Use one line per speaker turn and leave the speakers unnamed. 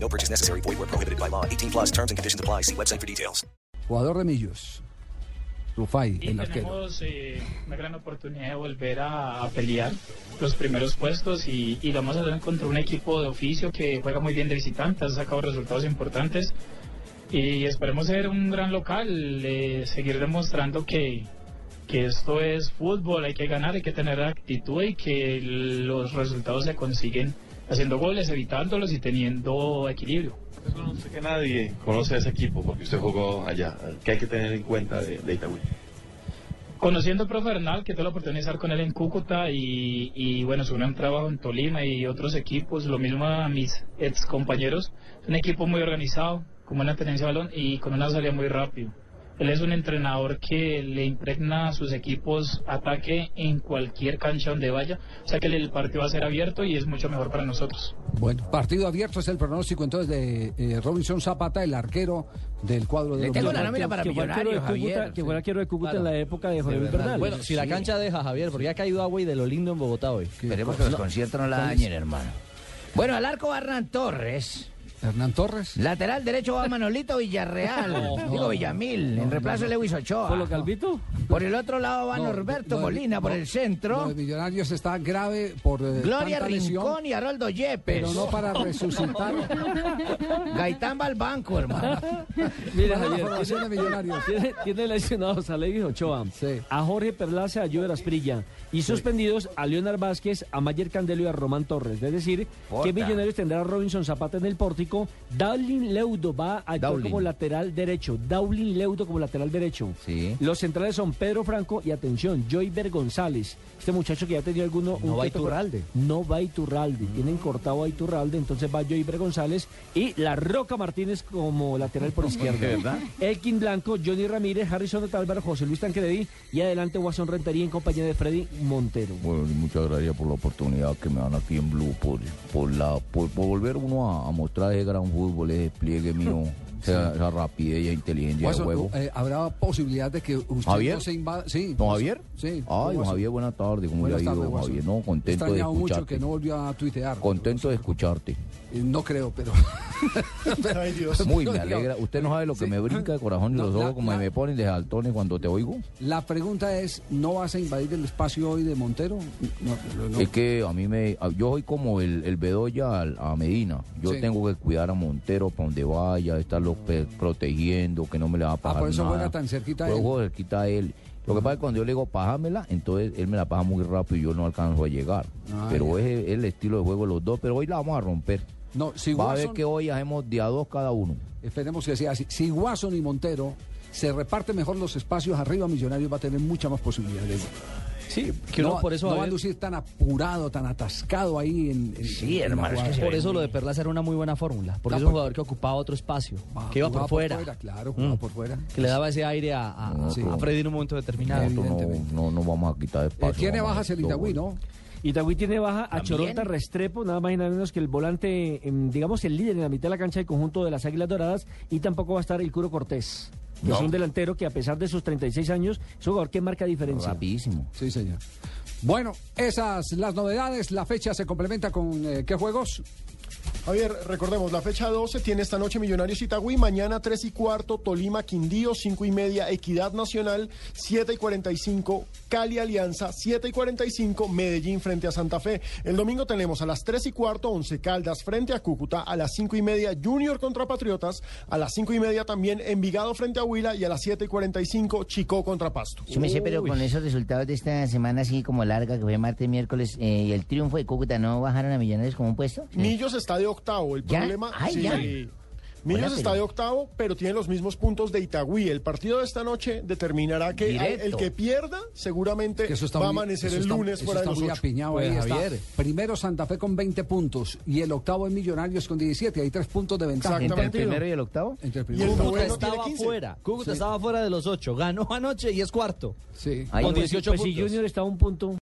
No purchase necessary. Void where prohibited by law. 18 plus terms and conditions apply. See website for details.
Jugador de Millos. Rufai,
Y
el arquero.
tenemos eh, una gran oportunidad de volver a, a pelear los primeros puestos y, y lo vamos a hacer contra un equipo de oficio que juega muy bien de visitante, ha sacado resultados importantes y esperemos ser un gran local, eh, seguir demostrando que, que esto es fútbol, hay que ganar, hay que tener actitud y que los resultados se consiguen haciendo goles, evitándolos y teniendo equilibrio.
Sé que nadie conoce a ese equipo porque usted jugó allá. ¿Qué hay que tener en cuenta de, de Itagüí?
Conociendo al profe Bernal, que tuve la oportunidad de estar con él en Cúcuta y, y, bueno, su gran trabajo en Tolima y otros equipos, lo mismo a mis ex compañeros, un equipo muy organizado, con buena tenencia de balón y con una salida muy rápido. Él es un entrenador que le impregna a sus equipos ataque en cualquier cancha donde vaya, o sea que el partido va a ser abierto y es mucho mejor para nosotros.
Bueno, partido abierto es el pronóstico entonces de eh, Robinson Zapata, el arquero del cuadro de
Le
los
tengo
Millos.
la nómina para
que fue arquero de
millonarios,
Cúcuta,
Javier.
que fue arquero de Cúcuta
Claro.
en la época de Jorge Luis
verdad.
Bernal.
Bueno,
Sí.
si la cancha deja, Javier, porque ha caído agua y de lo lindo en Bogotá hoy.
Esperemos
que los conciertos no la dañen, hermano. Bueno, al arco va Hernán Torres.
Hernán Torres.
Lateral derecho va Manolito Villarreal. digo Villamil. en reemplazo de Lewis Ochoa.
¿Por lo calvito?
Por el otro lado va
No,
Norberto
no,
Molina por
no,
el
Lo
centro.
de Millonarios está grave por eh,
Gloria
tanta lesión,
Rincón y Haroldo Yepes.
pero no para resucitar.
Gaitán va al banco, hermano.
Mira,
Para la
Javier,
formación de
tiene,
Millonarios.
tiene, tiene lesionados a Levis Ochoa,
Sí.
a Jorge Perlaza, a Júber Asprilla y suspendidos a Leonard Vázquez, a Mayer Candelo y a Román Torres. Es decir, que Millonarios tendrá a Robinson Zapata en el pórtico. Dowling Leudo va a actuar
Dowling.
como lateral derecho. Dowling Leudo como lateral derecho.
Sí.
Los centrales son Pedro Franco y atención, Joyver González. Este muchacho que ya tenía alguno.
No
un
va
que otro-
Iturralde. Mm.
No va Iturralde. Tienen cortado a Iturralde, entonces va Joyver González y la Roca Martínez como lateral por izquierda. Elkin Blanco, Johnny Ramírez, Harrison Talbar, José Luis Tancredi y adelante Guasón Rentería en compañía de Freddy Montero.
Bueno, y muchas gracias por la oportunidad que me dan aquí en Blue, por, por, la, por, por volver uno a, a mostrar ese gran fútbol, ese despliegue mío, esa, esa rapidez y esa inteligencia
Guaso,
de juego.
eh, habrá posibilidad de que usted
¿Javier?
no se invada. Sí.
¿Don Javier?
Sí.
Ay, don
Guaso.
Javier, buenas tardes. ¿Cómo
Buenas
le ha
tardes,
ido,
Guaso.
Javier? No,
He
contento de
extrañado mucho
escucharte.
que no volvió a tuitear.
Contento de escucharte.
Eh, No creo, pero.
Muy me
Pero,
alegra. Usted no sabe lo que
sí.
me brinca de corazón y
No,
los
la-
ojos como
la-
me ponen de saltones cuando te oigo.
La pregunta es: ¿no vas a invadir el espacio hoy de Montero? No, no, no.
Es que a mí me. a- Yo soy como el, el Bedoya al- a Medina. Yo
Sí.
tengo que cuidar a Montero para donde vaya, estarlo pe- protegiendo, que no me le va a pasar.
Ah, por eso
nada.
juega tan cerquita a
Por eso
él.
juego cerquita a él. Lo que pasa es que cuando yo le digo, pájamela, entonces él me la paja muy rápido y yo no alcanzo a llegar.
Ah,
pero es el- el estilo de juego de los dos. Pero hoy la vamos a romper.
No, si
Va a
Guasón-
ver que hoy hacemos día dos cada uno.
Esperemos que sea así. Si Guasón y Montero se reparten mejor los espacios arriba, Millonarios va a tener mucha más posibilidad de gol.
Sí,
no, no va a lucir tan apurado, tan atascado ahí en. en-
Sí,
en la
hermano, es que
jugada.
se
Por eso lo de Perlaza era una muy buena fórmula, porque
Ah,
es un
porque-
jugador que ocupaba otro espacio,
Ah,
que iba
jugaba
por fuera, Mm.
claro, jugaba por fuera.
que le daba ese aire a, a-
No,
a
sí.
Freddy en un momento determinado.
Nosotros
evidentemente.
no, no, no vamos a quitar
Eh,
espacio.
tiene
vamos a
bajas el
hacer dos
Itagüí,
goles.
¿no?
Itagüí tiene baja a Choronta Restrepo, nada más y nada menos que el volante, em, digamos el líder en la mitad de la cancha del conjunto de las Águilas Doradas y tampoco va a estar el Curo Cortés. que Es un delantero que a pesar de sus 36 años, es un jugador que marca diferencia.
Rapidísimo.
Sí, señor. Bueno, esas las novedades. La fecha se complementa con eh, qué juegos.
Javier, recordemos, la fecha 12 tiene esta noche Millonarios Itagüí, mañana 3 y cuarto Tolima Quindío, 5 y media Equidad Nacional, 7 y 45 Cali Alianza, 7 y 45 Medellín frente a Santa Fe. El domingo tenemos a las 3 y cuarto Once Caldas frente a Cúcuta, a las 5 y media Junior contra Patriotas, a las 5 y media también Envigado frente a Huila y a las 7 y 45 Chico contra Pasto.
Yo me sé, pero con esos resultados de esta semana así como larga, que fue martes, miércoles, eh, y el triunfo de Cúcuta, ¿no bajaron a Millonarios como un puesto?
Millos está de octavo, el
¿Ya?
problema...
Ay, ya.
Hola,
Millos está
pero-
de octavo, pero tiene los mismos puntos de Itagüí. El partido de esta noche determinará que
Directo.
el que pierda seguramente
Que eso está
va a
muy-
amanecer
eso
el
está-
lunes
eso
fuera de
está
los
muy
ocho.
apiñado ahí, está. Primero Santa Fe con 20 puntos y el octavo es Millonarios con 17. Hay tres puntos de ventaja.
¿Entre el primero y el octavo?
Entre el
Y el
primero
noveno
Cúcuta
tiene
estaba
15.
fuera. Cúcuta
Sí.
estaba fuera de los ocho. Ganó anoche y es cuarto.
Sí.
Con 18
pues, si
puntos.
Junior está a un punto.